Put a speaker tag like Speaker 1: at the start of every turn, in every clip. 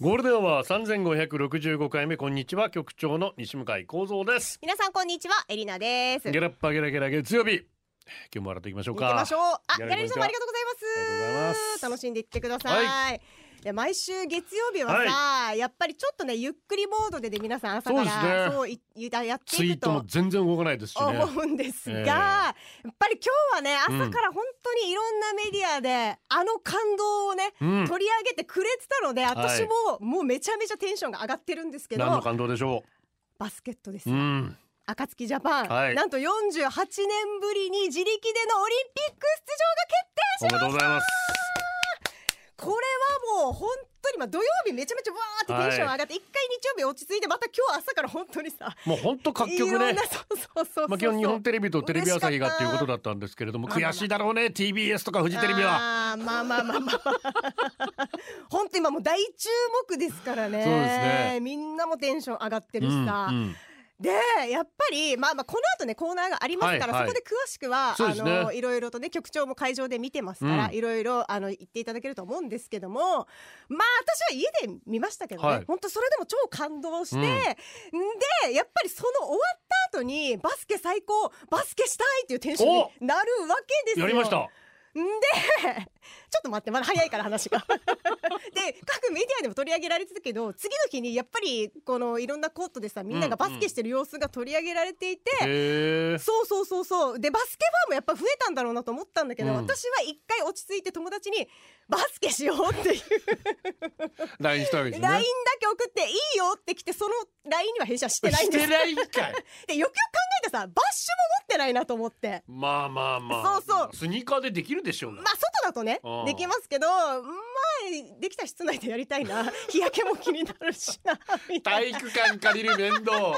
Speaker 1: ゴールデンは三千五百六十五回目こんにちは局長の西向井光三です。
Speaker 2: 皆さんこんにちはエリナです
Speaker 1: ゲラッパゲラゲラ月曜日今日も洗っていきましょう
Speaker 2: 行き
Speaker 1: か。
Speaker 2: ましょうあ、
Speaker 1: ギ
Speaker 2: ギ
Speaker 1: ャ
Speaker 2: ャ
Speaker 1: ラ
Speaker 2: ラ
Speaker 1: リ
Speaker 2: リ
Speaker 1: ー
Speaker 2: ー
Speaker 1: さ
Speaker 2: さ
Speaker 1: んもあ
Speaker 2: んもあ
Speaker 1: りが
Speaker 2: りがとうございます
Speaker 1: ありがとうございます
Speaker 2: 楽しんでいってください、、
Speaker 1: はい
Speaker 2: や毎週月曜日はさ、やっぱりちょっとねゆっくりモードでで皆さん朝か
Speaker 1: そうです
Speaker 2: ら
Speaker 1: ね
Speaker 2: そう,、いいややって
Speaker 1: ツイ
Speaker 2: い
Speaker 1: ー
Speaker 2: く
Speaker 1: トも
Speaker 2: と
Speaker 1: 全然動かないですしね。
Speaker 2: 思うんですが、
Speaker 1: ええ
Speaker 2: やっぱり今日はね
Speaker 1: うん
Speaker 2: 朝から本当にいろんなメディアで、あの感動をね
Speaker 1: うん。
Speaker 2: 取り上げてくれてたので、私も、もうめちゃめちゃテンションが上がってるんですけ
Speaker 1: 何の
Speaker 2: ど
Speaker 1: 感動でしょ
Speaker 2: バスケットです
Speaker 1: う。う
Speaker 2: よ
Speaker 1: ん。
Speaker 2: 暁ジャパン、
Speaker 1: はい
Speaker 2: なんと48年ぶりに自力でのオリンピック
Speaker 1: お
Speaker 2: 出
Speaker 1: めで
Speaker 2: 場が決定しま
Speaker 1: とうございます。
Speaker 2: これはもう本当にまあ土曜日めちゃめちゃわーってテンション上がって一、回日曜日落ち着いてまた今日朝から本当にさ
Speaker 1: もう本当各
Speaker 2: い
Speaker 1: 局
Speaker 2: ろ
Speaker 1: ね
Speaker 2: んな。そうそうそうそう
Speaker 1: まあ基本日本テレビとテレビ朝日がっていうことだったんですけれども
Speaker 2: 嬉しか
Speaker 1: 悔
Speaker 2: った
Speaker 1: しいだろうね TBS とかフジテレビは。
Speaker 2: あーまあまあまあまあ本当今もう大注目ですからね
Speaker 1: そうですね
Speaker 2: みんなもテンション上がってるし
Speaker 1: うん
Speaker 2: さ、
Speaker 1: うん
Speaker 2: でやっぱりまあまあこの後ねコーナーがありますから、
Speaker 1: はいはい
Speaker 2: そこで詳しくは
Speaker 1: そうですね
Speaker 2: あのいろいろとね局長も会場で見てますから、
Speaker 1: うん
Speaker 2: いろいろあの言っていただけると思うんですけどもまあ私は家で見ましたけどね、
Speaker 1: はい
Speaker 2: 本当それでも超感動して、
Speaker 1: うん
Speaker 2: んでやっぱりその終わった後にバスケ最高バスケしたいっていうテンションになるわけですよ。
Speaker 1: やりました。
Speaker 2: んでちょっと待ってまだ早いから 話が。で各メディアでも取り上げられてたけど次の日にやっぱりこのいろんなコートでさみんながバスケしてる様子が取り上げられていて。
Speaker 1: へえ。
Speaker 2: そうそうそうそうでバスケファンもやっぱ増えたんだろうなと思ったんだけど、
Speaker 1: うん
Speaker 2: 私は一回落ち着いて友達に「バスケしよう」っていう
Speaker 1: LINE したわけですね。
Speaker 2: LINE だけ送って「いいよ」って来てその LINE には返信はしてないん
Speaker 1: し
Speaker 2: で
Speaker 1: て
Speaker 2: す
Speaker 1: ないんかい。
Speaker 2: でよくよく考えてさバッシュも持ってないなと思って
Speaker 1: まあまあまあ。
Speaker 2: そうそう
Speaker 1: スニーカーでできるでしょうが
Speaker 2: まあ外だとね
Speaker 1: うん
Speaker 2: できますけどまあできたら室内でやりた いな日焼けも気になるしなみた
Speaker 1: 体
Speaker 2: いな
Speaker 1: 育館借りる面倒。
Speaker 2: まあまあ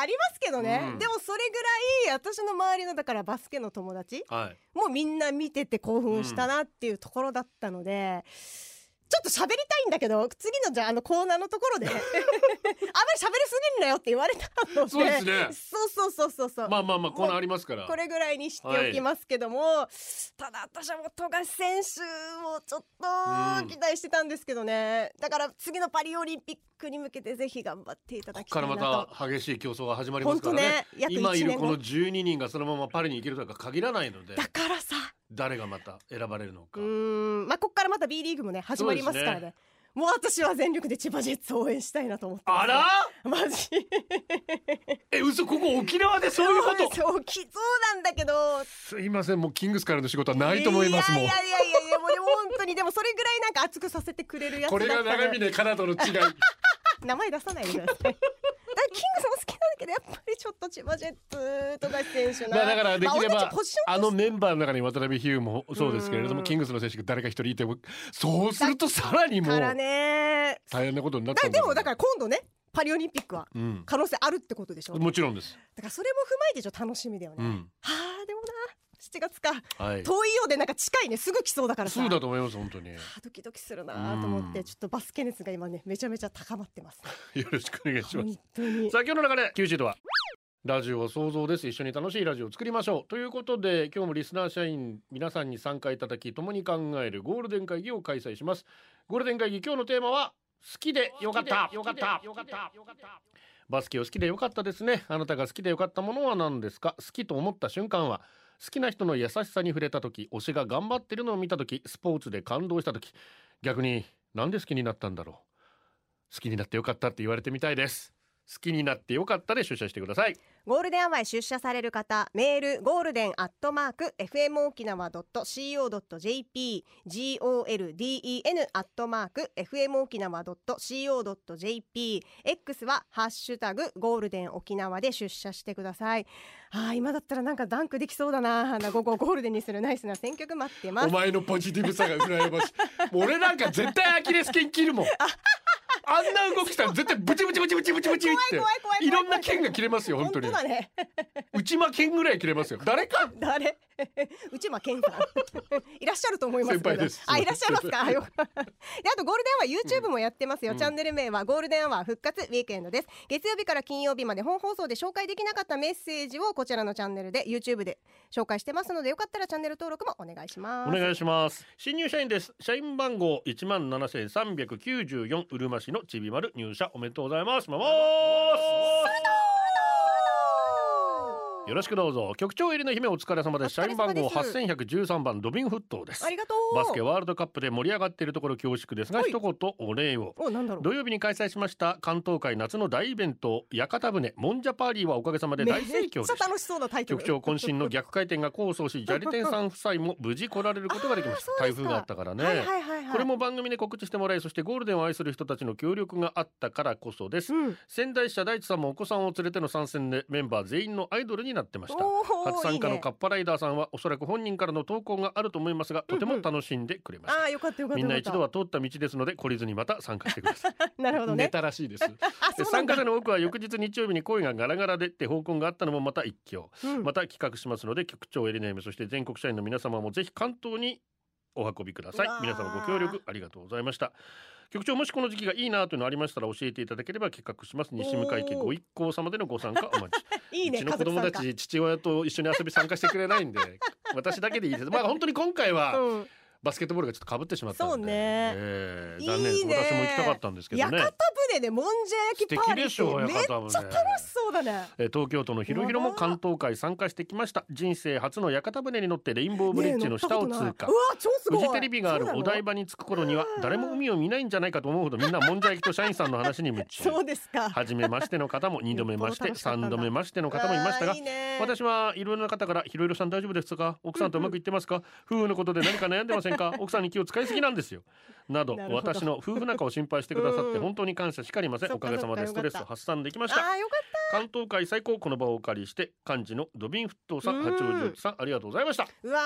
Speaker 2: ありますけどね、
Speaker 1: うん
Speaker 2: でもそれぐらい私の周りのだからバスケの友達
Speaker 1: はい。
Speaker 2: もうみんな見てて興奮したなっていうところだったので。ちょっと喋りたいんだけど次のじゃああのコーナーのとこ ろであまり喋りすぎるなよって言われたので
Speaker 1: そうですね
Speaker 2: そうそうそうそうそう
Speaker 1: まあまあまあコーナーありますから。
Speaker 2: これぐらいにしておきますけども、ただ私はもう富樫選手をちょっ
Speaker 1: うん
Speaker 2: と期待してたんですけどね、だから次のパリオリンピックに向けてぜひ頑張っていた
Speaker 1: こ
Speaker 2: だ
Speaker 1: こ
Speaker 2: き
Speaker 1: か
Speaker 2: たい
Speaker 1: ら
Speaker 2: なと
Speaker 1: また激しい競争が始まりますからね
Speaker 2: 本当ね約
Speaker 1: 今い
Speaker 2: 一
Speaker 1: る
Speaker 2: 年後
Speaker 1: この12人がそのままパリに行けるとか限らないので
Speaker 2: だからさ
Speaker 1: 誰がまた選ばれるの
Speaker 2: う
Speaker 1: か、
Speaker 2: ーんまあここからまた B リーグもね始まりますから
Speaker 1: そう
Speaker 2: ねもう私は全力で千葉ジェッツを応援したいなと思ってます
Speaker 1: あら
Speaker 2: マジ
Speaker 1: え嘘ここ沖縄でそういうこ
Speaker 2: そうそうそうなんだけど
Speaker 1: とすいませんもうキングスからの仕事はないと思いますもう
Speaker 2: いやいやいやいやもうでも本当にでもそれぐらいなんか熱くさせてくれるやつ
Speaker 1: こ
Speaker 2: だった
Speaker 1: れ
Speaker 2: ね
Speaker 1: が長峰かなとの違い
Speaker 2: 名前出さないでくださ い。だからキングスも好きなんだけどやっぱりちょっと千葉ジェッツとか選手な。
Speaker 1: まあだからできれ
Speaker 2: まあ俺
Speaker 1: ば
Speaker 2: たちポジション
Speaker 1: あ
Speaker 2: と
Speaker 1: の
Speaker 2: して
Speaker 1: メンバーの中に渡辺ヒューもそうですけれども
Speaker 2: うん
Speaker 1: キングスの選手が誰か一人いてもそうするとさらにもう
Speaker 2: からね。
Speaker 1: 大変なことになっ
Speaker 2: だ
Speaker 1: た、
Speaker 2: からでもだからら今度ねパリオリンピックは
Speaker 1: うん、
Speaker 2: 可能性あるってことでしょ。だか
Speaker 1: もちろんです、
Speaker 2: らそれも踏まえてちょっと楽しみだよね。
Speaker 1: う
Speaker 2: は
Speaker 1: ん
Speaker 2: あでもな7月か
Speaker 1: はい、
Speaker 2: 遠いようでなんか近いねすぐ来そうだからさ。
Speaker 1: そうだと思います本当によ
Speaker 2: あドキドキするなと思
Speaker 1: う
Speaker 2: っ
Speaker 1: ん
Speaker 2: てちょっとバスケ熱が今ねめちゃめちゃ高まってます。
Speaker 1: ろしくお願いします
Speaker 2: 本当に。
Speaker 1: さあ今日の流れ九州とはラジオは想像です一緒に楽しいラジオを作りましょうということで今日もリスナー社員皆さんに参加いただき共に考えるゴールデン会議を開催しますゴールデン会議今日のテーマは好きでよかったよかったよかったバスケを好きでよかったですねあなたが好きでよかったものは何ですか好きと思った瞬間は好きな人の優しさに触れた時推しが頑張ってるのを見た時スポーツで感動した時逆になんで好きになったんだろう好きになってよかったって言われてみたいです好きになってよかったで出社してください
Speaker 2: ゴールデンアワーへ出社される方、メール、ゴールデンアットマーク、fmokinawa.co.jp、golden アットマーク、fmokinawa.co.jp、X は、ハッシュタグ、ゴールデン沖縄で出社してください。ああ、今だったらなんかダンクできそうだな。な午後ゴールデンにするナイスな選曲待ってます。
Speaker 1: 前のポジティブさが羨ましいもう俺なんか絶対アキレス腱切るもんあんな動きしたら絶対ブチブチブチブチブチブチって
Speaker 2: 怖い怖い怖い怖い
Speaker 1: いろんな剣が切れますよ本当に
Speaker 2: だね
Speaker 1: 内間剣ぐらい切れますよ誰か
Speaker 2: 誰内間健さん いらっしゃると思いますけど
Speaker 1: 先輩です
Speaker 2: あいらっしゃいますかよかったであとゴールデンは YouTube もやってますよ、チャンネル名はゴールデンは復活ウィークエンドです月曜日から金曜日まで本放送で紹介できなかったメッセージをこちらのチャンネルで YouTube で紹介してますのでよかったらチャンネル登録もお願いします
Speaker 1: お願いします新入社員です社員番号一万七千三百九十四うるま市のちびまる入社おめでとうございますまもーすよろしくどうぞ局長入りの姫お疲れ様です社
Speaker 2: お疲れ
Speaker 1: 員
Speaker 2: 様
Speaker 1: 番
Speaker 2: です
Speaker 1: 号八千百十三番ドビンフットーです
Speaker 2: ありがとう
Speaker 1: バスケワールドカップで盛り上がっているところ恐縮ですが
Speaker 2: はい
Speaker 1: 一言お礼を
Speaker 2: おなんだろう
Speaker 1: 土曜日に開催しました関東会夏の大イベント屋形船もんじゃパーリーはおかげさまで大盛況
Speaker 2: め
Speaker 1: でし
Speaker 2: っちゃ
Speaker 1: た
Speaker 2: 楽しそうなタイトル
Speaker 1: 局長渾身の逆回転が功 を奏しジャリテンさん夫妻も無事来られることができました
Speaker 2: あーそう
Speaker 1: 台
Speaker 2: ですか
Speaker 1: 風があったからね、
Speaker 2: はいはいはいはい
Speaker 1: これも番組で告知してもらいそしてゴールデンを愛する人たちの協力があったからこそです、
Speaker 2: うん
Speaker 1: 仙台支社大地さんもお子さんを連れての参戦でメンバー全員のアイドルになってました
Speaker 2: おー
Speaker 1: 初参加の
Speaker 2: いいね
Speaker 1: カッパライダーさんはおそらく本人からの投稿があると思いますがとても楽しんでくれました、
Speaker 2: ああよかったよかった
Speaker 1: みんな一度
Speaker 2: は
Speaker 1: は通った道ですので懲りずにまた参加してくだ さい
Speaker 2: なるほどね
Speaker 1: たらしいです
Speaker 2: あそうなん
Speaker 1: 参加
Speaker 2: だ、
Speaker 1: 者の多くは翌日日曜日に声がガラガラでって報告があったのもまた一挙
Speaker 2: うん
Speaker 1: また企画しますので局長エリナイムそして全国社員の皆様もぜひ関東にお運びくださいう
Speaker 2: わー
Speaker 1: 皆様ご協力ありがとうございました局長もしこの時期がいいなというのありましたら教えていただければ企画します西向井家ご一行様でのご参加お待ち
Speaker 2: いいうね
Speaker 1: ちの子供た
Speaker 2: 家族参
Speaker 1: ち父親と一緒に遊び参加してくれないんで 私だけでいいですまあ本当に今回
Speaker 2: 加
Speaker 1: は
Speaker 2: うん
Speaker 1: バスケットボールがちょっとかぶってしまったんで
Speaker 2: そうね
Speaker 1: ええ残念
Speaker 2: いいね
Speaker 1: 私も行きたかったんですけど
Speaker 2: 屋
Speaker 1: ね
Speaker 2: 形船でもんじゃ焼きパーリーって
Speaker 1: 素敵でしょ
Speaker 2: めっちゃ
Speaker 1: 屋形船
Speaker 2: 楽しそうだね
Speaker 1: えー東京都の広々も関東会参加してきま した人生初の屋形船に乗ってレインボーブリッジの下を
Speaker 2: ねえ乗
Speaker 1: 通
Speaker 2: っ
Speaker 1: 過、
Speaker 2: たことないうわ超す
Speaker 1: フ
Speaker 2: ごい
Speaker 1: ジテレビがある
Speaker 2: そうなの
Speaker 1: お台場に着く頃には誰も海を見ないんじゃないかと思うほどみんなもんじゃ焼きと社員さんの話に夢中
Speaker 2: そうですか
Speaker 1: 初めましての方も2度目まし
Speaker 2: よ
Speaker 1: て
Speaker 2: っぽど楽しかったんだ
Speaker 1: 3度目ましての方もいました
Speaker 2: あ
Speaker 1: が
Speaker 2: ーいいね
Speaker 1: 私はいろいろな方から「ひろいろさん大丈夫ですか奥さんとうまくいってますか夫婦のことで何か悩んでません か奥さんに気を使いすぎなんですよ」など
Speaker 2: なるほど
Speaker 1: 私の夫婦仲を心配してくださっ
Speaker 2: う
Speaker 1: て
Speaker 2: ん
Speaker 1: 本当に感謝しかりません
Speaker 2: そ
Speaker 1: お
Speaker 2: っか
Speaker 1: かげさまで
Speaker 2: そ
Speaker 1: ス
Speaker 2: っか
Speaker 1: トレス
Speaker 2: よかった
Speaker 1: 発散できました
Speaker 2: あーよかっ
Speaker 1: 関東会最高この場をお借りして幹事の土瓶沸騰さん
Speaker 2: うん
Speaker 1: 八王子さんありがとうございましたぜ
Speaker 2: たうわ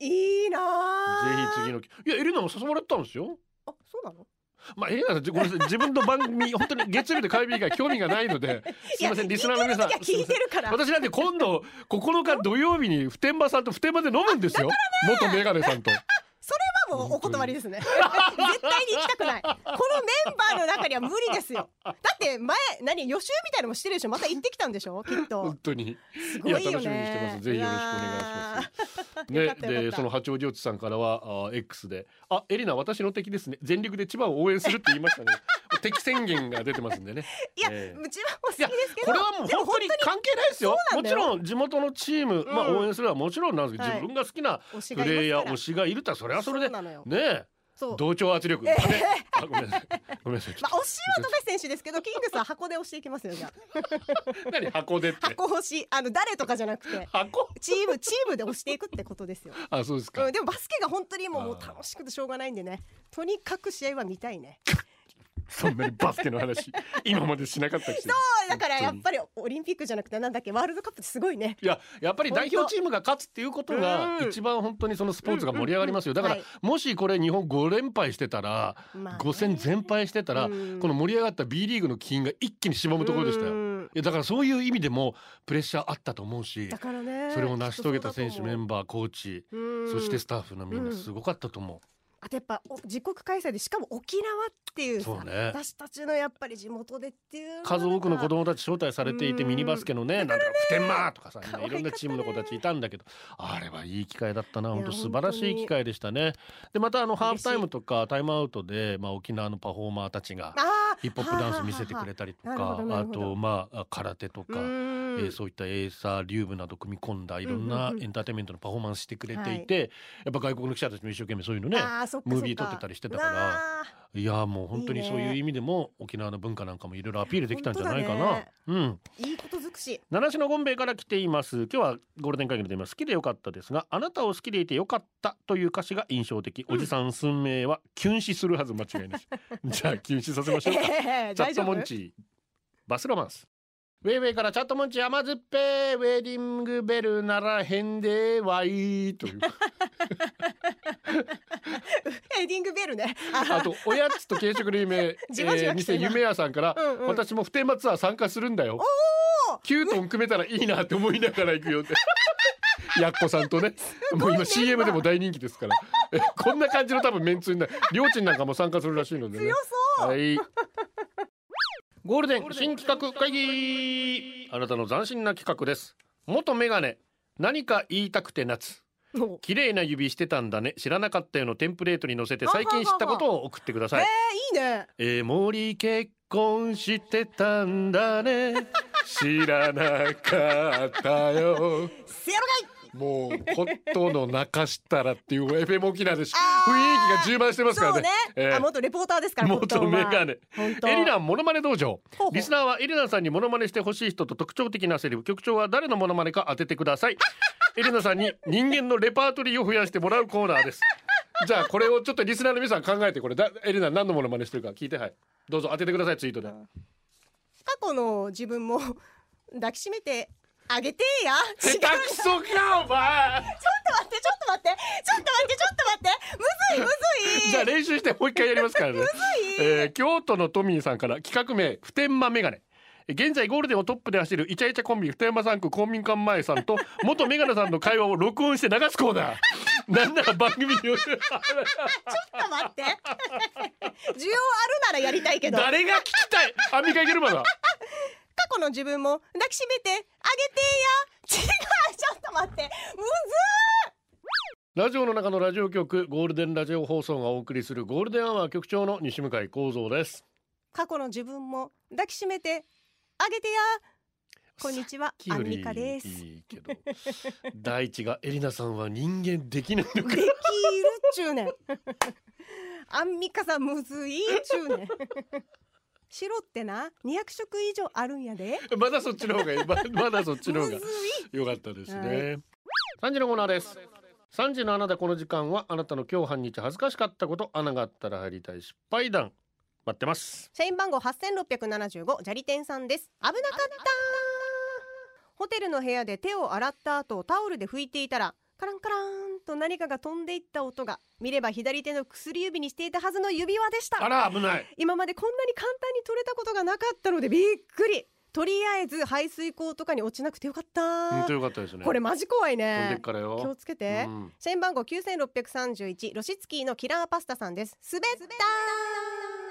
Speaker 2: ーいいなー
Speaker 1: ひ次の機いやエレナも誘われてたんですよ
Speaker 2: あそうなの
Speaker 1: まあエレナさんごめんなさい自分の番組本当に月曜日と火曜日以外興味がない のですいませんリスナーの皆さん
Speaker 2: いや聞いてるから
Speaker 1: 私なんて今度9日土曜日に普天間さんと普天間で飲むんですよ元メガネさ んと
Speaker 2: それはもうお断りですね 絶対に行きたくないこのメンバーの中には無理ですよだって前何予習みたいなのもしてるでしょまた行ってきたんでしょきっ と
Speaker 1: 本当に
Speaker 2: す
Speaker 1: い
Speaker 2: ごい
Speaker 1: や
Speaker 2: よ
Speaker 1: 楽し
Speaker 2: ね
Speaker 1: みにしてますぜひよろしくお願いしますね
Speaker 2: よかったよか
Speaker 1: で
Speaker 2: った
Speaker 1: その八王子おじさんからはあ X で「あエリナ私の敵ですね全力で千葉を応援する」って言いました ね敵宣言が出てますんでね
Speaker 2: いや、
Speaker 1: ええ
Speaker 2: うちはも好き
Speaker 1: いや
Speaker 2: ですけど
Speaker 1: これはもう
Speaker 2: でも
Speaker 1: 本当に関係ないですよ
Speaker 2: そ
Speaker 1: も
Speaker 2: うなんだ
Speaker 1: ち
Speaker 2: よ
Speaker 1: ろん地元のチーム、まあ
Speaker 2: うん
Speaker 1: 応援するのはもちろんなんですけど、
Speaker 2: はい
Speaker 1: 自分が好きな
Speaker 2: 推し
Speaker 1: プ
Speaker 2: がいますから
Speaker 1: レイヤー推しがいるとはそれはそれで
Speaker 2: うなのよ
Speaker 1: ねえ
Speaker 2: そう
Speaker 1: 同調 圧力、ねあごめんなさいごめんなさいちょ
Speaker 2: ま
Speaker 1: っ
Speaker 2: あ推しは富樫選手ですけどキングスは箱で押していきますよじゃあ
Speaker 1: と 何 箱でって
Speaker 2: 箱推しあの誰とかじゃなくて
Speaker 1: 箱
Speaker 2: チームチームで押していくってことですよ、
Speaker 1: あそうですか、
Speaker 2: うん、でもバスケが本当にもうもう
Speaker 1: あー
Speaker 2: 楽しくてしょうがないんでねとにかく試合は見たいね
Speaker 1: そんなにバスケの 話今までしなかったしそう
Speaker 2: あだからやっぱりオリンピックじゃなくてなんだっけワールドカップってすごいね
Speaker 1: いややっぱり代表チームが勝つっていうことが
Speaker 2: うん
Speaker 1: 一番本当にそのスポーツが盛り上がりますよ
Speaker 2: うんう
Speaker 1: だ
Speaker 2: ん
Speaker 1: から
Speaker 2: はい
Speaker 1: もしこれ日本5連敗してたら
Speaker 2: まあね
Speaker 1: 5戦全敗してたらこ
Speaker 2: うん
Speaker 1: の盛り上がった B リーグの金が一気にしぼむところでしたよ
Speaker 2: う
Speaker 1: い
Speaker 2: ん
Speaker 1: やだからそういう意味でもプレッシャーあったと思うし
Speaker 2: だからね
Speaker 1: それを成し遂げた選手メン
Speaker 2: バ
Speaker 1: バーコーチ
Speaker 2: ー
Speaker 1: そしてスタッフのみん
Speaker 2: う
Speaker 1: なんすごかったと思
Speaker 2: あとやっぱお自国開催でしかも沖縄っていうさ
Speaker 1: そうね
Speaker 2: 私たちのやっぱり地元でっていうの
Speaker 1: う
Speaker 2: が
Speaker 1: 数多くの子供たち招待されていて
Speaker 2: うん
Speaker 1: ミニバスケのねなんだろう普天間とかさ
Speaker 2: 可愛かったね
Speaker 1: いろんなチームの子たちいたんだけどあれはいい機会だったない
Speaker 2: や
Speaker 1: 本当素晴らしい機会でしたねでまたあのハーフタイムとかタイムアウトでまあ沖縄のパフォーマーたちが
Speaker 2: あー
Speaker 1: ヒップホップダンス見せてくれたりと
Speaker 2: はあはあはあ
Speaker 1: か
Speaker 2: な
Speaker 1: あ
Speaker 2: るほどなるほど
Speaker 1: とまあ空手と
Speaker 2: う
Speaker 1: か
Speaker 2: ん
Speaker 1: えーそういったエーサーリューブなど組み込んだいろん
Speaker 2: うんう
Speaker 1: なん
Speaker 2: うん
Speaker 1: エンターテインメントのパフォーマンスしてくれていて、やっぱ外国の記者たちも一生懸命そういうのね
Speaker 2: あそっかそっか
Speaker 1: ムービー撮ってたりしてたから
Speaker 2: うわー
Speaker 1: いやーもう本当に
Speaker 2: いいね
Speaker 1: そういう意味でも沖縄の文化なんかもいろいろアピールできたんじゃないか
Speaker 2: 本当
Speaker 1: な、
Speaker 2: だね
Speaker 1: うん
Speaker 2: いいこと尽くし。
Speaker 1: 七種のゴンベイから来ています今日はゴールデン会議でテーマ好きでよかったですがあなたを好きでいてよかったという歌詞が印象的、おじさん寸名は禁止するはず間違い なしじゃあ禁止させましょうか
Speaker 2: ええ
Speaker 1: チャ
Speaker 2: 大
Speaker 1: ッ
Speaker 2: 丈
Speaker 1: トモ
Speaker 2: 夫
Speaker 1: ンチーバスロマンスウェイウェイからチャットモンチー甘酸っぱいウェディングベルならへんでわいという
Speaker 2: エディングベルね。
Speaker 1: あ とおやつと軽食の夢
Speaker 2: じわじわ来て
Speaker 1: えー
Speaker 2: るな
Speaker 1: 店夢屋さんから、
Speaker 2: うんうん
Speaker 1: 私も普天間ツアー参加するんだよ9トン組めたらいいなって思いながら行く よってやっこさんとねもう今 CM でも大人気ですからえこんな感じの多分メンツになる両親なんかも参加するらしいので、ね、 はいゴールデン新企画会議あなたの斬新な企画です元メガネ何か言いたくて夏
Speaker 2: お
Speaker 1: 綺麗な指してたんだね知らなかったよのテンプレートに載せて最近知ったことを送ってください
Speaker 2: いいね。
Speaker 1: えー、森結婚してたんだ ね知らなかったよ
Speaker 2: セロガイ。
Speaker 1: もうホットの泣かしたらっていう FM 沖縄でし
Speaker 2: あー
Speaker 1: 雰囲気が充満してますから
Speaker 2: そう
Speaker 1: ね
Speaker 2: ね。
Speaker 1: えー
Speaker 2: あ、元レポーターですから。
Speaker 1: 元メガネ
Speaker 2: 本当は。
Speaker 1: エリナ
Speaker 2: ン。
Speaker 1: ンモノマネ道場
Speaker 2: ほうほう
Speaker 1: リスナーはエリナさんにモノマネしてほしい人と特徴的なセリフ局長は誰のモノマネか当ててくださ いエリナさんに人間のレパートリーを増やしてもらうコーナーですじゃあこれをちょっとリスナーの皆さん考えてこれだエリナ何のモノマネしてるか聞いてはいどうぞ当ててくださいツイートで
Speaker 2: 過去の自分も抱きしめてあげてや。
Speaker 1: 下手くそ
Speaker 2: 違う。
Speaker 1: かお前
Speaker 2: ちょっと待って、ちょっと待って、ちょっと待って、ちょっと待って。むずい、むずい。
Speaker 1: じゃあ練習してもう一回やりますから ね。えー京都のトミーさんから企画名普天間メガネ。現在ゴールデンをトップで走るイチャイチャコンビ普天間3区公民館前さんと 元メガネさんの会話を録音して流すコーナー。 なんなら番組に
Speaker 2: ちょっと待って。 需要あるならやりたいけど。過
Speaker 1: 誰が聞きたいアンミカゲルマだ
Speaker 2: 去の自分も抱きしめてあげてや。違う、ちょっと待って。む
Speaker 1: ラジオの中のラジオ局ゴールデンラジオ放送がお送りするゴールデンアワー局長の西向井光三です
Speaker 2: ず。過去の自分も抱きしめてあげてや。こんにちは、
Speaker 1: キ
Speaker 2: ア
Speaker 1: よ
Speaker 2: ン
Speaker 1: り
Speaker 2: ミカです。で
Speaker 1: いいけど 第一がエリナさんは人間できないのか
Speaker 2: きる中年。アンミカさんむずい中年。白ってな200色以上あるんやで。
Speaker 1: まだそっちの方がいい。ままだそっちの
Speaker 2: む
Speaker 1: 方
Speaker 2: ず
Speaker 1: が
Speaker 2: い。
Speaker 1: 良かったですね。三時のコーナーです。三時のあなたこの時間はあなたの今日半日恥ずかしかったこと穴があったら入りたい失敗談待ってます。
Speaker 2: 社員番号八千六百七十五、砂利店さんです。危なかった。ホテルの部屋で手を洗った後、タオルで拭いていたら。カランカランと何かが飛んでいった音が見れば左手の薬指にしていたはずの指輪でし
Speaker 1: あ
Speaker 2: た
Speaker 1: ら危ない。
Speaker 2: 今までこんなに簡単に取れたことがなかったのでびっくりとりあえず排水口とかに落ちなくてよかっ
Speaker 1: 本
Speaker 2: た
Speaker 1: 当良かったですね。
Speaker 2: これマジ怖い
Speaker 1: 飛んで
Speaker 2: ね
Speaker 1: っから
Speaker 2: 気を
Speaker 1: よ。
Speaker 2: つけて、
Speaker 1: うん
Speaker 2: 社員番号九千六百三十一ロシツキーのキラーパスタさんです。滑ったー。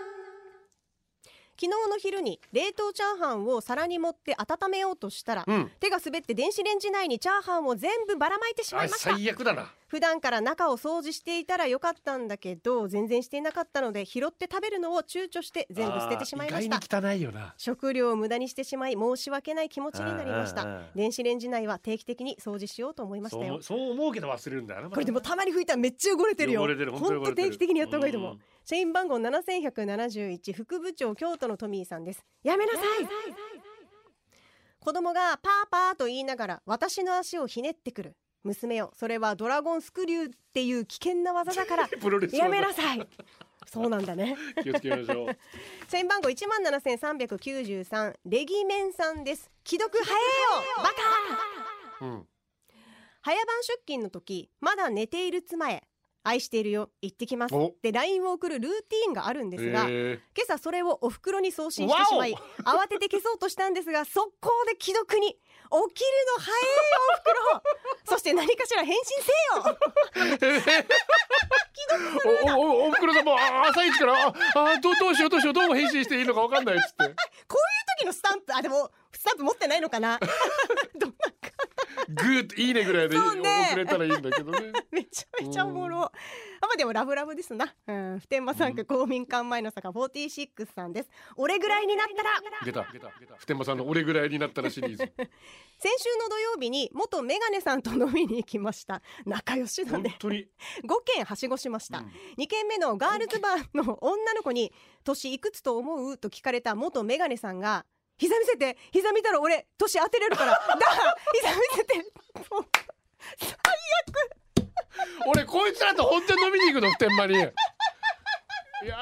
Speaker 2: 昨日の昼に冷凍チャーハンを皿に盛って温めようとしたら、
Speaker 1: うん。
Speaker 2: 手が滑って電子レンジ内にチャーハンを全部ばらまいてしま
Speaker 1: あ
Speaker 2: いました。
Speaker 1: 最悪だな。
Speaker 2: 普段から中を掃除していたらよかったんだけど、全然していなかったので拾って食べるのを躊躇して全部捨ててしまいました
Speaker 1: あ。ー意外に汚いよな。
Speaker 2: 食料を無駄にしてしまい申し訳ない気持ちになりまし
Speaker 1: あーあ
Speaker 2: た。
Speaker 1: ーあー
Speaker 2: 電子レンジ内は定期的に掃除しようと思いまし
Speaker 1: そう
Speaker 2: たよ
Speaker 1: 思う。そう思うけど忘れるんだよな。
Speaker 2: これでもたまに拭いたらめっちゃ汚れてるよ。
Speaker 1: 汚れてる
Speaker 2: ほん
Speaker 1: 本当
Speaker 2: と
Speaker 1: に汚れてる
Speaker 2: 定期的にやった方がいいと思う。
Speaker 1: うん
Speaker 2: 社員番号七千百七十一副部長京都のトミーさんです。やめなさい。子供がパーパーと言いながら私の足をひねってくる。娘よ、それはドラゴンスクリューっていう危険な技だ から
Speaker 1: プロレス技
Speaker 2: やめなさい。そうなんだね。
Speaker 1: 気をつけましょう。
Speaker 2: 社員番号一万七千三百九十三レギメンさんです。既読早えよ、バカ。
Speaker 1: うん。
Speaker 2: 早番出勤の時まだ寝ている妻へ愛しているよ行ってきます
Speaker 1: お
Speaker 2: で LINE を送るルーティーンがあるんですが、今
Speaker 1: え
Speaker 2: 朝それをお袋に送信してしまい
Speaker 1: わ
Speaker 2: 慌てて消そうとしたんですが速攻で既読に起きるの早えよお袋 そして何かしら返信せよ
Speaker 1: ーおおおお袋さんもあ朝一からああどうどうしようどうしようどう返信していいのかわかんないっつって。
Speaker 2: こういう時のスタンプあでもスタンプ持ってないのかな どんなか
Speaker 1: グーっていいねぐらいで
Speaker 2: そうね
Speaker 1: 遅れたらいいんだけどね。
Speaker 2: めちゃめちゃおもろ。あまでもラブラブですな。うん、普天間産区公民館前の坂46さんです。俺ぐらいになったら
Speaker 1: 出た。普天間さんの俺ぐらいになったらシリーズ。
Speaker 2: 先週の土曜日に元メガネさんと飲みに行きました仲良しだ
Speaker 1: 本
Speaker 2: ね
Speaker 1: 当に。
Speaker 2: 5軒はしごしました、
Speaker 1: うん
Speaker 2: 2軒目のガールズバーの女の子に「年いくつと思う?」と聞かれた元メガネさんが「膝見せて膝見たら俺年当てれ るからだから膝見せて」もう
Speaker 1: 俺こいつらと本当に飲みに行くの普天間に。やだ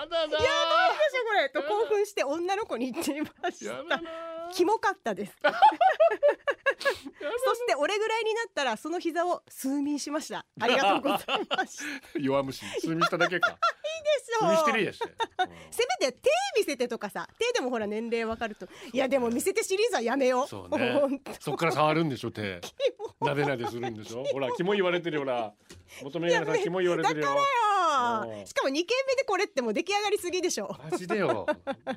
Speaker 1: なー。
Speaker 2: どうしようこれと興奮して女の子に言っていました
Speaker 1: やだなー。
Speaker 2: キモかったです そして俺ぐらいになったらその膝を数ミしましたありがとうございます
Speaker 1: 弱虫積みしただけか積みしてるやし、う
Speaker 2: せめて手見せてとかさ手でもほら年齢わかるといやでも見せてシリーズはやめよ
Speaker 1: ん
Speaker 2: う
Speaker 1: そうね
Speaker 2: ほんと
Speaker 1: そっから触るんでしょ手なでなでするんでしょほらキモ言われてるよほら求めやさんキモ言われてるよ
Speaker 2: だから
Speaker 1: う
Speaker 2: よ
Speaker 1: ん
Speaker 2: しかも2軒目でこれってもう出来上がりすぎでしょ
Speaker 1: マジでよ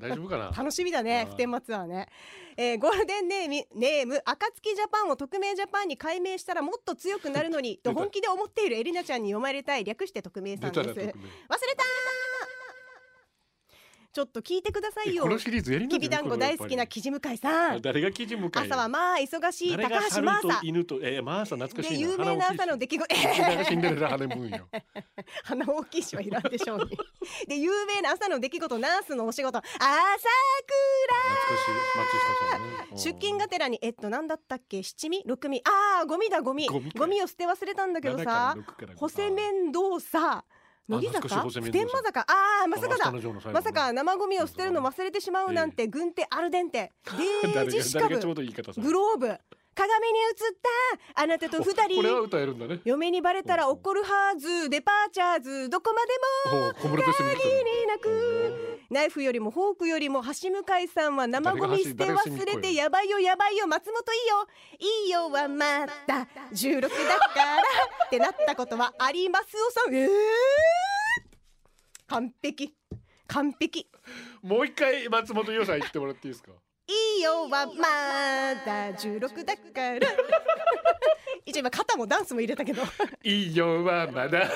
Speaker 1: 大丈夫かな
Speaker 2: 楽しみだね
Speaker 1: うん
Speaker 2: 普天間ツアーね、えーゴールデンネームネーム暁ジャパンを匿名ジャパンに改名したらもっと強くなるのにと
Speaker 1: 出た
Speaker 2: 本気で思っているエリナちゃんに読まれたい略して匿名さ
Speaker 1: 出
Speaker 2: んで
Speaker 1: たら
Speaker 2: す忘れ
Speaker 1: 特
Speaker 2: たー
Speaker 1: 命
Speaker 2: ちょっと聞いてください
Speaker 1: え
Speaker 2: よ
Speaker 1: このシリーズやりな
Speaker 2: きびだんご大好きな
Speaker 1: き
Speaker 2: きじむかいさん
Speaker 1: 誰が記事向かい
Speaker 2: 朝はまあ忙しい
Speaker 1: 誰
Speaker 2: 高
Speaker 1: が
Speaker 2: 橋
Speaker 1: 猿
Speaker 2: マー
Speaker 1: と
Speaker 2: サ
Speaker 1: 犬とえー、マーサ懐かし
Speaker 2: で
Speaker 1: いな
Speaker 2: 有名な朝の出来事
Speaker 1: 花シンデレラハネムー ンよ
Speaker 2: 鼻大きいしはいらんでしょうにで有名な朝の出来事ナースのお仕事朝倉
Speaker 1: 懐かしい松下さんねうん
Speaker 2: 出勤がてらにえっと何だったっけ七味六味ああゴミだゴミ
Speaker 1: ゴミか
Speaker 2: ゴミを捨て忘れたんだけど
Speaker 1: 7
Speaker 2: さ
Speaker 1: から6から5
Speaker 2: 補正面倒さ乃木
Speaker 1: 懐かしい
Speaker 2: 坂
Speaker 1: 補正面
Speaker 2: 普
Speaker 1: 倒さ
Speaker 2: 天間坂ああまさか
Speaker 1: あ
Speaker 2: だ
Speaker 1: の明日の女の最後ね
Speaker 2: まさか生ゴミを捨てるの忘れてしまうなんて軍手アルデンテデ ー
Speaker 1: 誰
Speaker 2: ジ
Speaker 1: が
Speaker 2: シカ
Speaker 1: 誰
Speaker 2: ブ
Speaker 1: がちょうどいい方さ
Speaker 2: グローブ鏡に映ったあなたと二
Speaker 1: これは
Speaker 2: 人
Speaker 1: 歌えるんだね
Speaker 2: 嫁にバレたら怒るはずデパーチャーズどこまで
Speaker 1: おう小室として見て
Speaker 2: も限りなくナイフよりもフォークよりも橋向井さんは生ゴミ捨て忘れてやばいよやばいよ松本いいよいいよはまた16だからってなったことはありますおさんえー、完璧完璧
Speaker 1: もう一回松本洋さん言ってもらっていいですか
Speaker 2: いいよはまだ16だから 一応今肩もダンスも入れたけど
Speaker 1: いいよはまだ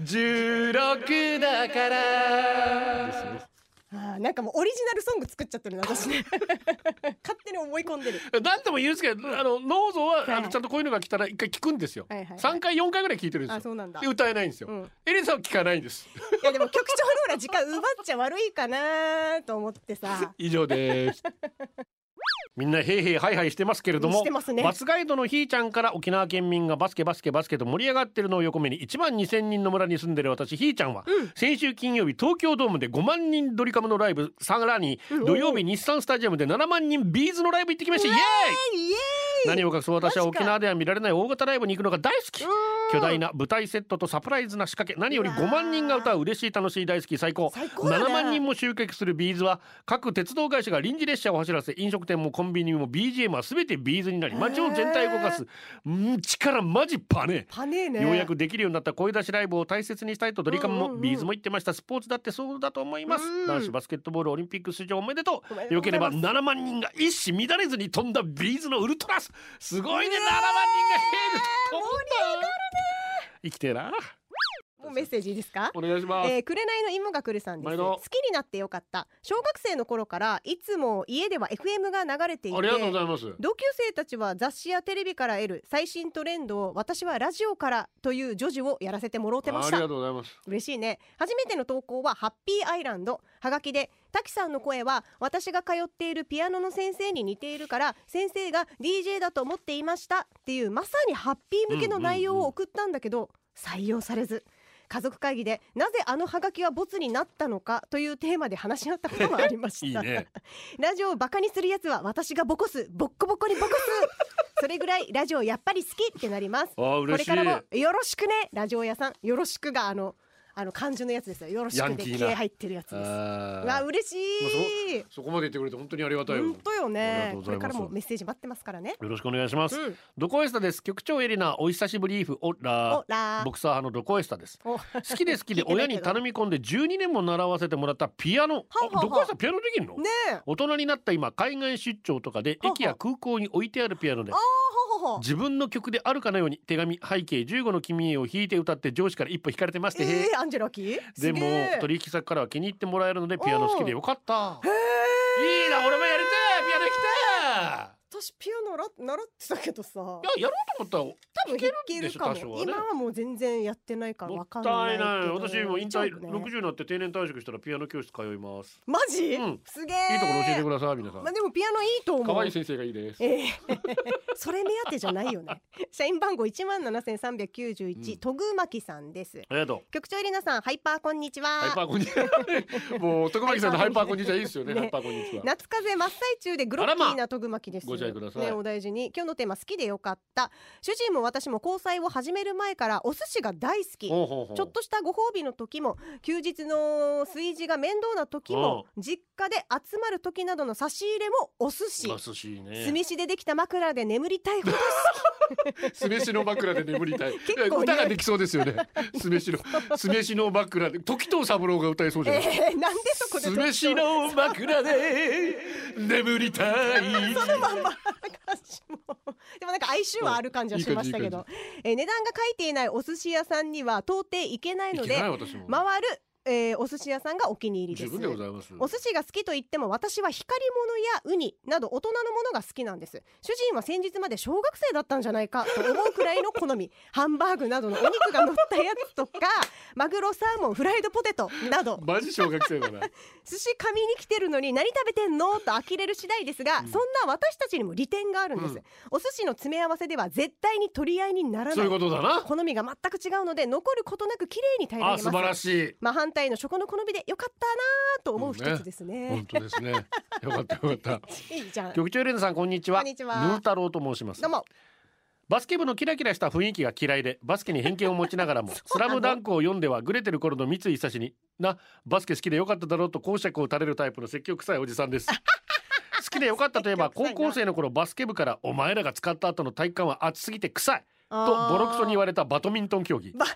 Speaker 1: 16だからですね
Speaker 2: あーなんかもうオリジナルソング作っち ゃってるな私ね勝手に思い込んでる
Speaker 1: 何度も言うんですけどあの脳像はあのちゃんとこういうのが来たら一回聞くんですよ、
Speaker 2: はいはいはい
Speaker 1: 三回四回ぐらい聞いてるんで
Speaker 2: あ
Speaker 1: す
Speaker 2: そ
Speaker 1: よ
Speaker 2: うなんだ
Speaker 1: で歌えないんですよ、
Speaker 2: うん
Speaker 1: エリンさんは聞かないんです
Speaker 2: いやでも局長のほら時間奪っちゃ悪いかなと思っ てさ
Speaker 1: 以上です。みんなヘイヘイハイハイしてますけれども
Speaker 2: してますね
Speaker 1: バスガイドのひーちゃんから沖縄県民がバスケバスケバスケと盛り上がってるのを横目に1万2,000人の村に住んでる私ひーちゃんは、先週金曜日東京ドームで5万人ドリカムのライブさらに土曜日日産スタジアムで7万人ビーズのライブ行ってきましたイエーイ
Speaker 2: イエーイ
Speaker 1: 何を隠そう私は
Speaker 2: マジか
Speaker 1: 沖縄では見られない大型ライブに行くのが大好き巨大な舞台セットとサプライズな仕掛け何より
Speaker 2: うわー
Speaker 1: 5万人が歌う嬉しい楽しい大好き最高
Speaker 2: 最高だね
Speaker 1: 7万人も集客するビーズは各鉄道会社が臨時列車を走らせ飲食店もコンビニも BGM は全てビーズになり街を全体を動かすうん力マジパネ
Speaker 2: パネーね
Speaker 1: ようやくできるようになった声出しライブを大切にしたいとドリカム
Speaker 2: うんうんう
Speaker 1: も
Speaker 2: ん
Speaker 1: ビーズも言ってましたスポーツだってそうだと思います
Speaker 2: うん
Speaker 1: 男子バスケットボールオリンピック出場おめでと
Speaker 2: おめで
Speaker 1: う
Speaker 2: と
Speaker 1: よ
Speaker 2: うご
Speaker 1: け
Speaker 2: ざ
Speaker 1: れ
Speaker 2: いま
Speaker 1: ば
Speaker 2: す
Speaker 1: 7万人が一死乱れずに飛んだビーズのウルトラスすごいね7万人がヘール飛んだ生きてえな
Speaker 2: もうメッセージいいですか
Speaker 1: お願いします、
Speaker 2: えー、紅の芋が来るさんです
Speaker 1: 毎
Speaker 2: 好
Speaker 1: 度
Speaker 2: きになってよかった小学生の頃からいつも家では FM が流れていて
Speaker 1: ありがとうございます
Speaker 2: 同級生たちは雑誌やテレビから得る最新トレンドを私はラジオからという女児をやらせてもろうてまし
Speaker 1: あり
Speaker 2: た
Speaker 1: がとうございます
Speaker 2: 嬉しいね初めての投稿はハッピーアイランドはがきで滝さんの声は私が通っているピアノの先生に似ているから先生が DJ だと思っていましたっていうまさにハッピー向けの内容を送ったんだけど、採用されず家族会議でなぜあのハガキはボツになったのかというテーマで話し合ったこともありまし た
Speaker 1: いいね
Speaker 2: ラジオをバカにするやつは私がボコすボッコボコにボコすそれぐらいラジオやっぱり好きってなります
Speaker 1: あー嬉しい
Speaker 2: これからもよろしくねラジオ屋さんよろしくがあのあの漢字のやつですよよろし
Speaker 1: ヤ
Speaker 2: く
Speaker 1: ンキ
Speaker 2: で
Speaker 1: ーな
Speaker 2: 気合入ってるやつです
Speaker 1: あー
Speaker 2: わ嬉しい
Speaker 1: そこまで言ってくれて本当にありがたいよ
Speaker 2: 本当よ
Speaker 1: ありが
Speaker 2: ね
Speaker 1: とうご
Speaker 2: こ
Speaker 1: ざい
Speaker 2: れ
Speaker 1: ます
Speaker 2: からもメッセージ待ってますからね
Speaker 1: よろしくお願いします、
Speaker 2: うん
Speaker 1: ドコエスタです局長エリナお久しぶりーふオラ
Speaker 2: オラー
Speaker 1: ボクサー派のドコエスタです
Speaker 2: お
Speaker 1: 好きで好きで
Speaker 2: 聞いてな
Speaker 1: 親
Speaker 2: いけど
Speaker 1: に頼み込んで12年も習わせてもらったピアノ
Speaker 2: はあはあ
Speaker 1: あどこかさピアノできるの、
Speaker 2: ねえ
Speaker 1: 大人になった今海外出張とかで
Speaker 2: はあはあ
Speaker 1: 駅や空港に置いてあるピアノで
Speaker 2: あほほほ
Speaker 1: 自分の曲であるかのように手紙背景15の君へを弾いて歌って上司から一歩引かれてまして、へ
Speaker 2: え
Speaker 1: え
Speaker 2: ー、アンジェラキ
Speaker 1: です
Speaker 2: げえ
Speaker 1: も取引先からは気に入ってもらえるのでピアノ好きでよかったいいな俺もやりたいピアノ弾きたい
Speaker 2: 私ピアノら習ってたけどさ多
Speaker 1: いややろうと思っ
Speaker 2: 分弾けるかも
Speaker 1: 弾けるでしょ多少はね
Speaker 2: 今はもう全然やったない
Speaker 1: た
Speaker 2: か
Speaker 1: ら
Speaker 2: ら
Speaker 1: も
Speaker 2: わ
Speaker 1: った
Speaker 2: かんないいけど
Speaker 1: ない私もう引退
Speaker 2: 行っちゃうね
Speaker 1: 60になって定年退職したらピアノ教室通います
Speaker 2: マジ、
Speaker 1: うん
Speaker 2: すげ
Speaker 1: い
Speaker 2: え
Speaker 1: いところ教えてください皆さん
Speaker 2: まあでもピアノいいと思う
Speaker 1: 可愛い先生がいいです
Speaker 2: ええそれ目当てじゃないよ ね社員番号17,391、
Speaker 1: うん
Speaker 2: トグマキさんです
Speaker 1: ありがとう
Speaker 2: 局長エリナさんハイパーこんにちは
Speaker 1: ハイパーこんにちはもう徳巻さんのハイパーこんにちはいいですよね
Speaker 2: ね
Speaker 1: ハイパーこんにちは
Speaker 2: 夏風邪真っ最中でグロッキーなトグマキです
Speaker 1: あらまご自愛ください
Speaker 2: ねお大事に今日のテーマ好きでよかった主人も私も交際を始める前からお寿司が大好き
Speaker 1: ほうほうほう
Speaker 2: ちょっとしたご褒美の時も休日の炊事が面倒な時も実家で集まる時などの差し入れもお寿司
Speaker 1: まあ寿司
Speaker 2: 酢
Speaker 1: ね
Speaker 2: 飯でできた枕で眠りたいほど
Speaker 1: 酢飯の枕で眠 りたい
Speaker 2: 構ね
Speaker 1: いや歌ができそうですよね酢飯 の酢飯の枕で時藤三郎が 歌えそうじゃない
Speaker 2: えー、なんでそこで
Speaker 1: 酢飯の枕で眠りた い
Speaker 2: 歌詞もでもなんか哀愁はある感じはしましたけ
Speaker 1: うんい
Speaker 2: どえー値段が書いていないお寿司屋さんには到底行けない
Speaker 1: い
Speaker 2: の
Speaker 1: けない
Speaker 2: で
Speaker 1: 私も
Speaker 2: 回る、えーお寿司屋さんがお気に入り
Speaker 1: 十
Speaker 2: です
Speaker 1: 分でございます
Speaker 2: お寿司が好きと言っても私は光り物やウニなど大人のものが好きなんです主人は先日まで小学生だったんじゃないかと思うくらいの好み ハンバーグなどのお肉が乗ったやつとかマグロサーモンフライドポテトなど
Speaker 1: マジ小学生 だな
Speaker 2: 寿司紙に来てるのに何食べてんのと呆れる次第ですが、そんな私たちにも利点があるんです、
Speaker 1: うん
Speaker 2: お寿司の詰め合わせでは絶対に取り合いになら
Speaker 1: そう
Speaker 2: ないいう
Speaker 1: ことだな
Speaker 2: 好みが全く違うので残ることなく綺麗に平ら
Speaker 1: あ
Speaker 2: げ
Speaker 1: 素晴
Speaker 2: ま
Speaker 1: ら
Speaker 2: す
Speaker 1: しい
Speaker 2: 真反対の食の好みでよかったなと思う一つですね,、
Speaker 1: 本当ですねよかったよかった
Speaker 2: いいじゃん
Speaker 1: 局長レンさんこんにちは
Speaker 2: こんにちは
Speaker 1: ヌー太郎と申します
Speaker 2: どうも
Speaker 1: バスケ部のキラキラした雰囲気が嫌いでバスケに偏見を持ちながら も「スラムダンクを読んではグレてる頃の三井久志になバスケ好きでよかっただろうと講釈を垂れるタイプの積極臭いおじさんです 好きでよかったといえば
Speaker 2: 説
Speaker 1: 高
Speaker 2: 教臭いな
Speaker 1: 校生の頃バスケ部から「お前らが使った後の体育館は熱すぎて臭い」とボロクソに言われたバドミントン競技
Speaker 2: バド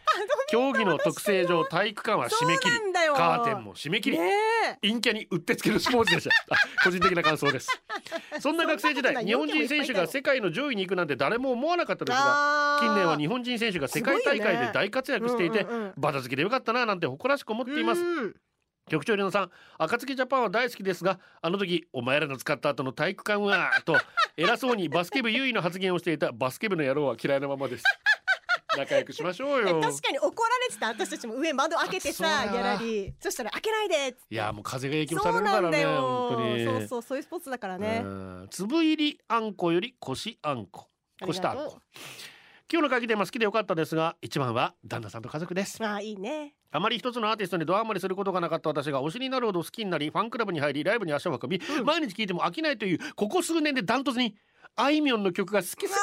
Speaker 1: 競技の特性上体育館は締め切り
Speaker 2: そうなんだよ
Speaker 1: カーテンも締め切り、
Speaker 2: ねえ
Speaker 1: 陰キャにうってつけるスポーツでした あ個人的な感想です そんな学生時
Speaker 2: そ
Speaker 1: 代
Speaker 2: んなことない
Speaker 1: 日本人選手が世界の上位に行くなんて誰も思わなかったですが
Speaker 2: あー
Speaker 1: 近年は日本人選手が世界大会で大活躍していて
Speaker 2: うんうんうん
Speaker 1: バタ好きでよかったななんて誇らしく思っています
Speaker 2: うん
Speaker 1: 局長りのさん暁ジャパンは大好きですがあの時お前らの使った後の体育館 はと偉そうにバスケ部優位の発言をしていたバスケ部の野郎は嫌いなままです仲良くしましょうよ
Speaker 2: 確かに怒られてた私たちも上窓開けて
Speaker 1: あそ
Speaker 2: さ
Speaker 1: う
Speaker 2: ギ
Speaker 1: だ
Speaker 2: ャ
Speaker 1: な
Speaker 2: ラリーそしたら開けないでっつって
Speaker 1: いやもう風が影響さ
Speaker 2: そ
Speaker 1: れ
Speaker 2: う
Speaker 1: るか
Speaker 2: な
Speaker 1: ら
Speaker 2: んだ
Speaker 1: ね
Speaker 2: よ
Speaker 1: 本当に
Speaker 2: そうそうそういうスポーツだからね
Speaker 1: うん粒入りあんこよりこしあんこ
Speaker 2: あ
Speaker 1: こ
Speaker 2: りがとう
Speaker 1: したあんこ今日の会議テーマ好きでよかったですが一番は旦那さんと家族です
Speaker 2: ああいいね
Speaker 1: あまり一つのアーティストにドハマりすることがなかった私が推しになるほど好きになりファンクラブに入りライブに足を運び、毎日聴いても飽きないというここ数年でダントツにあいみょんの曲が好きすぎて好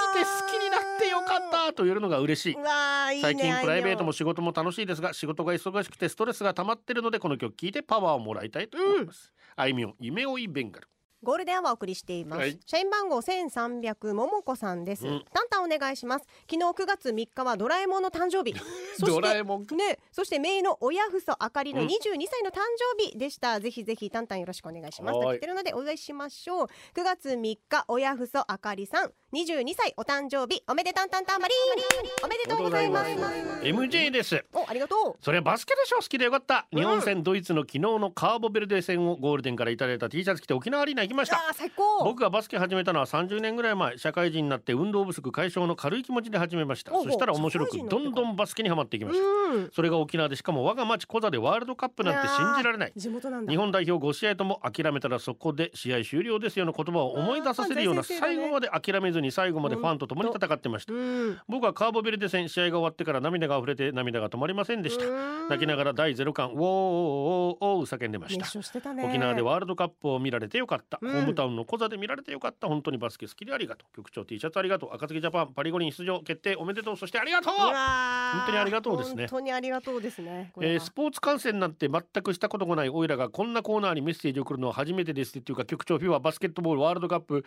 Speaker 1: きになってよかったと言えるのが嬉しいう
Speaker 2: わあいいね
Speaker 1: 最近プライベートも
Speaker 2: あいみ
Speaker 1: 仕事も楽しいですが仕事が忙しくてストレスが溜まってるのでこの曲聴いてパワーをもらいたいと思います、あいみょん夢追いベンガル
Speaker 2: ょんゴールデンはお送りしています、
Speaker 1: はい
Speaker 2: 社員番号1300ももこさんです、
Speaker 1: うん
Speaker 2: タンタンお願いします昨日9月3日はドラえもんの誕生日 そして
Speaker 1: ドラえもんか
Speaker 2: ね、そして姪の親ふそあかりの
Speaker 1: う
Speaker 2: 22
Speaker 1: ん
Speaker 2: 歳の誕生日でした、ぜひぜひタンタンよろしくお願いします
Speaker 1: はーい
Speaker 2: と来てるのでお祝いしましょう9月3日親ふそあかりさん22歳お誕生日おめでたんたんたんまりんおめでとうございます
Speaker 1: おめでとうございます MJ です
Speaker 2: おありがと
Speaker 1: それはバスケでしょ好きでよかった日本戦ドイツの昨日のカーボベルデ戦をゴールデンからいただいた T シャツ着て沖縄アリーナ行きま
Speaker 2: う
Speaker 1: し
Speaker 2: あ
Speaker 1: た
Speaker 2: ー最高
Speaker 1: 僕がバスケ始めたのは30年ぐらい前社会人になって運動不足解消の軽い気持ちで始めました
Speaker 2: おうお
Speaker 1: そうしたら面白
Speaker 2: 社会
Speaker 1: く
Speaker 2: 人になっ
Speaker 1: ど
Speaker 2: て
Speaker 1: んどんバスケにはまっていきました
Speaker 2: うん
Speaker 1: それが沖縄でしかも我が町小座でワールドカップなんて信じられない
Speaker 2: 地元なんだ
Speaker 1: 日本代表5試合とも諦めたらそこで試合終了ですよの言葉を思い出させるよう
Speaker 2: あ
Speaker 1: な
Speaker 2: ー先生だね
Speaker 1: 最後まで諦めずに最後までファンと共に戦ってました
Speaker 2: うん
Speaker 1: 僕はカーボベルデ戦試合が終わってから涙が溢れて涙が止まりませんでした泣きながら第0巻「ウォーおーおーおー叫んでました
Speaker 2: 熱唱してたね
Speaker 1: 沖縄でワールドカップを見られてよかった、
Speaker 2: うん
Speaker 1: ホームタウンの小座で見られてよかった本当にバスケ好きでありがとう局長 T シャツありがとう赤月ジャパンパリ五輪出場決定おめでとうそしてありがとう
Speaker 2: うわー
Speaker 1: 本当にありがとうですね
Speaker 2: 本当にありがとうですねこれは
Speaker 1: えースポーツ観戦なんて全くしたことがないオイラがこんなコーナーにメッセージを送るのは初めてですっていうか局長フィーバーバスケットボールワールドカップ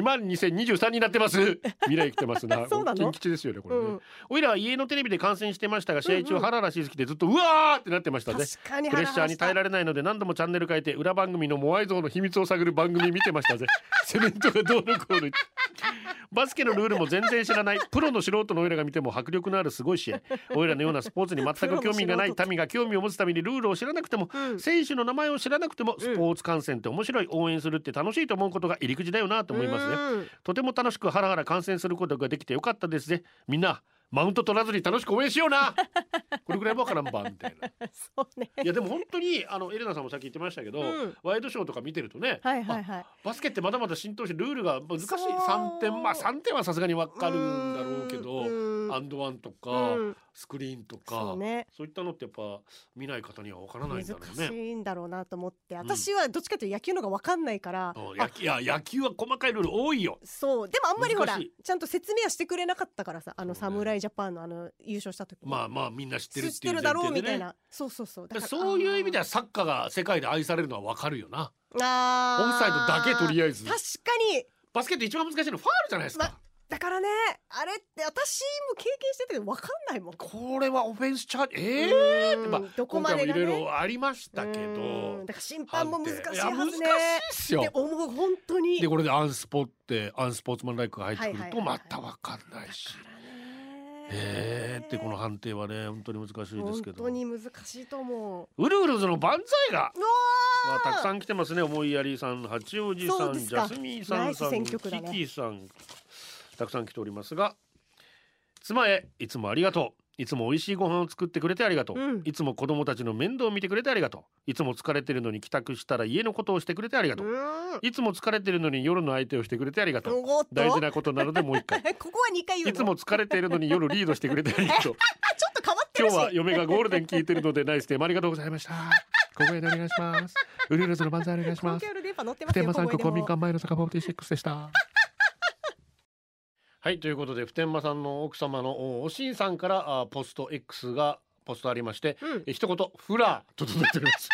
Speaker 1: 2023になってます未来来てますな
Speaker 2: そうなの
Speaker 1: 近吉ですよねこれね、
Speaker 2: うん
Speaker 1: オイラは家のテレビで観戦してましたが試合
Speaker 2: うん
Speaker 1: 中
Speaker 2: うん
Speaker 1: ハラハラしすぎてずっとうわーってなってましたね
Speaker 2: 確かに
Speaker 1: プレッシャーに耐えられないので何度もチャンネル変えて裏 番組のモアイ像の秘密を探る番組見てましたぜセメントがどうのこうの言ってバスケのルールも全然知らないプロの素人のオイラが見ても迫力のあるすごい試合オイラのようなスポーツに全く興味がない民が興味を持つためにルールを知らなくても、
Speaker 2: うん
Speaker 1: 選手の名前を知らなくてもスポーツ観戦って面白い応援するって楽しいと思うことが入り口だよなと思いますね
Speaker 2: うん
Speaker 1: とても楽しくハラハラ観戦することができてよかったですねみんなマウント取らずに楽しく応援しようなこれぐらいわからんばみたいな
Speaker 2: そうね。
Speaker 1: いやでも本当にあのエレナさんもさっき言ってましたけど、
Speaker 2: うん
Speaker 1: ワイドショーとか見てるとね、
Speaker 2: はいはいはい。
Speaker 1: あバスケってまだまだ浸透してルールが難しい
Speaker 2: そう
Speaker 1: 3点まあ3点はさすがにわかるんだろうけど、
Speaker 2: うん
Speaker 1: アンドワンとか、
Speaker 2: うん
Speaker 1: スクリーンとか
Speaker 2: そうね。
Speaker 1: そういったのってやっぱ見ない方にはわからないんだろう
Speaker 2: 難し
Speaker 1: ね。
Speaker 2: いんだろうなと思って、
Speaker 1: ん
Speaker 2: 私はどっちかというと野球のがわかんないから。
Speaker 1: うんやきいや野球は細かいルール多いよ。
Speaker 2: そうでもあんまりほら
Speaker 1: 難しい
Speaker 2: ちゃんと説明はしてくれなかったからさあの
Speaker 1: そうね
Speaker 2: 侍ジャパンのあの優勝した時
Speaker 1: まあまあみんな知ってる
Speaker 2: 知
Speaker 1: っ
Speaker 2: って
Speaker 1: い
Speaker 2: て
Speaker 1: う前
Speaker 2: るだろう
Speaker 1: 提
Speaker 2: み
Speaker 1: で
Speaker 2: たい
Speaker 1: ね。
Speaker 2: なそうそうそうだから
Speaker 1: そういう意味で
Speaker 2: あ
Speaker 1: はサッカーが世界で愛されるのはわかるよな。
Speaker 2: ー
Speaker 1: オフサイドだけとりあえず。
Speaker 2: 確かに
Speaker 1: バスケって一番難しいのはファールじゃないですか。
Speaker 2: まだからねあれって私も経験してたけどわかんないもん
Speaker 1: これはオフェンスチャージええ
Speaker 2: う
Speaker 1: ー
Speaker 2: ん
Speaker 1: まあ
Speaker 2: どこまでがね
Speaker 1: 今回もいろいろありましたけ
Speaker 2: う
Speaker 1: ど
Speaker 2: んだから審判も難しいはずね
Speaker 1: 判定いや難しいっす
Speaker 2: って
Speaker 1: よ
Speaker 2: 思う本当に
Speaker 1: でこれでアンスポってアンスポーツマンライクが入ってく
Speaker 2: はい
Speaker 1: る
Speaker 2: はい
Speaker 1: と
Speaker 2: はいはい
Speaker 1: またわかんないし
Speaker 2: ね
Speaker 1: ええってこの判定はね本当に難しいですけ
Speaker 2: 本
Speaker 1: ど
Speaker 2: 当に難しいと思う
Speaker 1: ウルウルズの万歳が
Speaker 2: うわ
Speaker 1: まあ、
Speaker 2: ー
Speaker 1: たくさん来てますね思いやりさん八王子さ
Speaker 2: そうんで
Speaker 1: ジ
Speaker 2: すか
Speaker 1: ャスミンさんさ
Speaker 2: ナ
Speaker 1: ん
Speaker 2: イス選
Speaker 1: キ
Speaker 2: 曲だね
Speaker 1: キさんたくさん来ておりますが妻へいつもありがとういつも美味しいご飯を作ってくれてありがとう、
Speaker 2: うん
Speaker 1: いつも子供たちの面倒を見てくれてありがとういつも疲れてるのに帰宅したら家のことをしてくれてありがとう、
Speaker 2: うん
Speaker 1: いつも疲れてるのに夜の相手をしてくれてありがとう
Speaker 2: おっと
Speaker 1: 大事なことなのでもう一回
Speaker 2: ここは二回言う
Speaker 1: い
Speaker 2: の
Speaker 1: つも疲れてるのに夜リードしてくれてありが とう
Speaker 2: あちょっと変わって
Speaker 1: 今
Speaker 2: る
Speaker 1: 日
Speaker 2: し
Speaker 1: は嫁がゴールデン聞いてるのでナイステーマありがとうございましたごめんお願いし ますウルウルズの万歳お願いし
Speaker 2: 公
Speaker 1: ます
Speaker 2: 共の電波乗ってま
Speaker 1: 普
Speaker 2: すよ
Speaker 1: 天間産区公民
Speaker 2: 小声で
Speaker 1: 館
Speaker 2: も
Speaker 1: 前の坂46でした。はいということで普天間さんの奥様のおおしんさんからあポスト X がポストありまして、
Speaker 2: うん
Speaker 1: え一言フラーと届いております。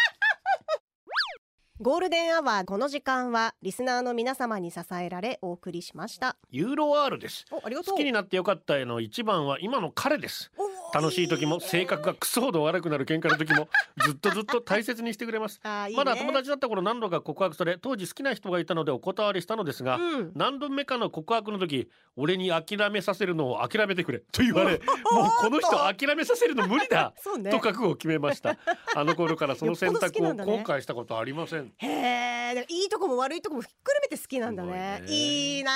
Speaker 2: ゴールデンアワーこの時間はリスナーの皆様に支えられお送りしました
Speaker 1: ユーロ R です。
Speaker 2: おありがとう
Speaker 1: 好きになってよかったへの一番は今の彼です。
Speaker 2: おー
Speaker 1: 楽しい時も性格がクソほど悪くなる喧嘩の時もずっとずっと大切にしてくれます。
Speaker 2: あーいいね
Speaker 1: まだ友達だった頃何度か告白され当時好きな人がいたのでお断りしたのですが、
Speaker 2: うん
Speaker 1: 何度目かの告白の時俺に諦めさせるのを諦めてく れと言われもうこの人諦めさせるの無理だ
Speaker 2: そうね
Speaker 1: と覚悟を決めましたあの頃からその選択
Speaker 2: よ
Speaker 1: を
Speaker 2: っぽど好きなんだね
Speaker 1: 後悔したことありません
Speaker 2: へえだからいいとこも悪いとこもひっくるめて好きなんだ
Speaker 1: す
Speaker 2: ね
Speaker 1: ごいね
Speaker 2: いいな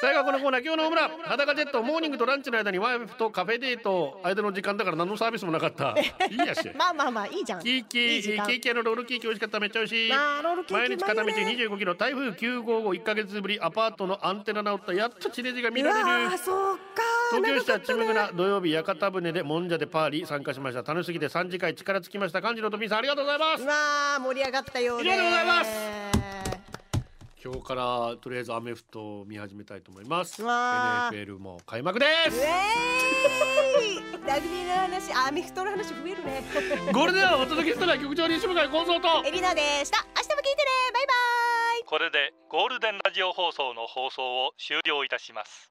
Speaker 1: 最後はこのコーナー今日のホームラン裸ジェットモーニングとランチの間にワイフとカフェデート間の時間だから何のサービスもなかったいいやし
Speaker 2: まあまあまあいいじゃん
Speaker 1: キーキ
Speaker 2: いい
Speaker 1: ー
Speaker 2: 時間
Speaker 1: ケーキ屋のロールケーキ美味しかっためっちゃ美味しい
Speaker 2: まあロールケーキ
Speaker 1: 毎日片道
Speaker 2: うまいよね
Speaker 1: 25キロ台風9号後1ヶ月ぶりアパートのアンテナ直ったやっと地デジが見
Speaker 2: う
Speaker 1: られる
Speaker 2: わーそうか
Speaker 1: 東京市は
Speaker 2: 長かっ
Speaker 1: チムグナ土曜日屋形船でもんじゃでパーリー参加しました楽しすぎて3次会力尽きました幹事のトミーさんありがとうございま
Speaker 2: た
Speaker 1: す
Speaker 2: うわー盛り上がったようで
Speaker 1: 以上でございます
Speaker 2: す
Speaker 1: 今日からとりあえずアメフトを見始めたいと思います
Speaker 2: うわー
Speaker 1: NFL も開幕で
Speaker 2: ウ
Speaker 1: す
Speaker 2: ェーイラグビーの話アメフトの話増えるね
Speaker 1: ゴールデンはお届けしたのは局長西向井光三と
Speaker 2: エリナでした明日も聞いてねバイバイ
Speaker 3: これでゴールデンラジオ放送の放送を終了いたします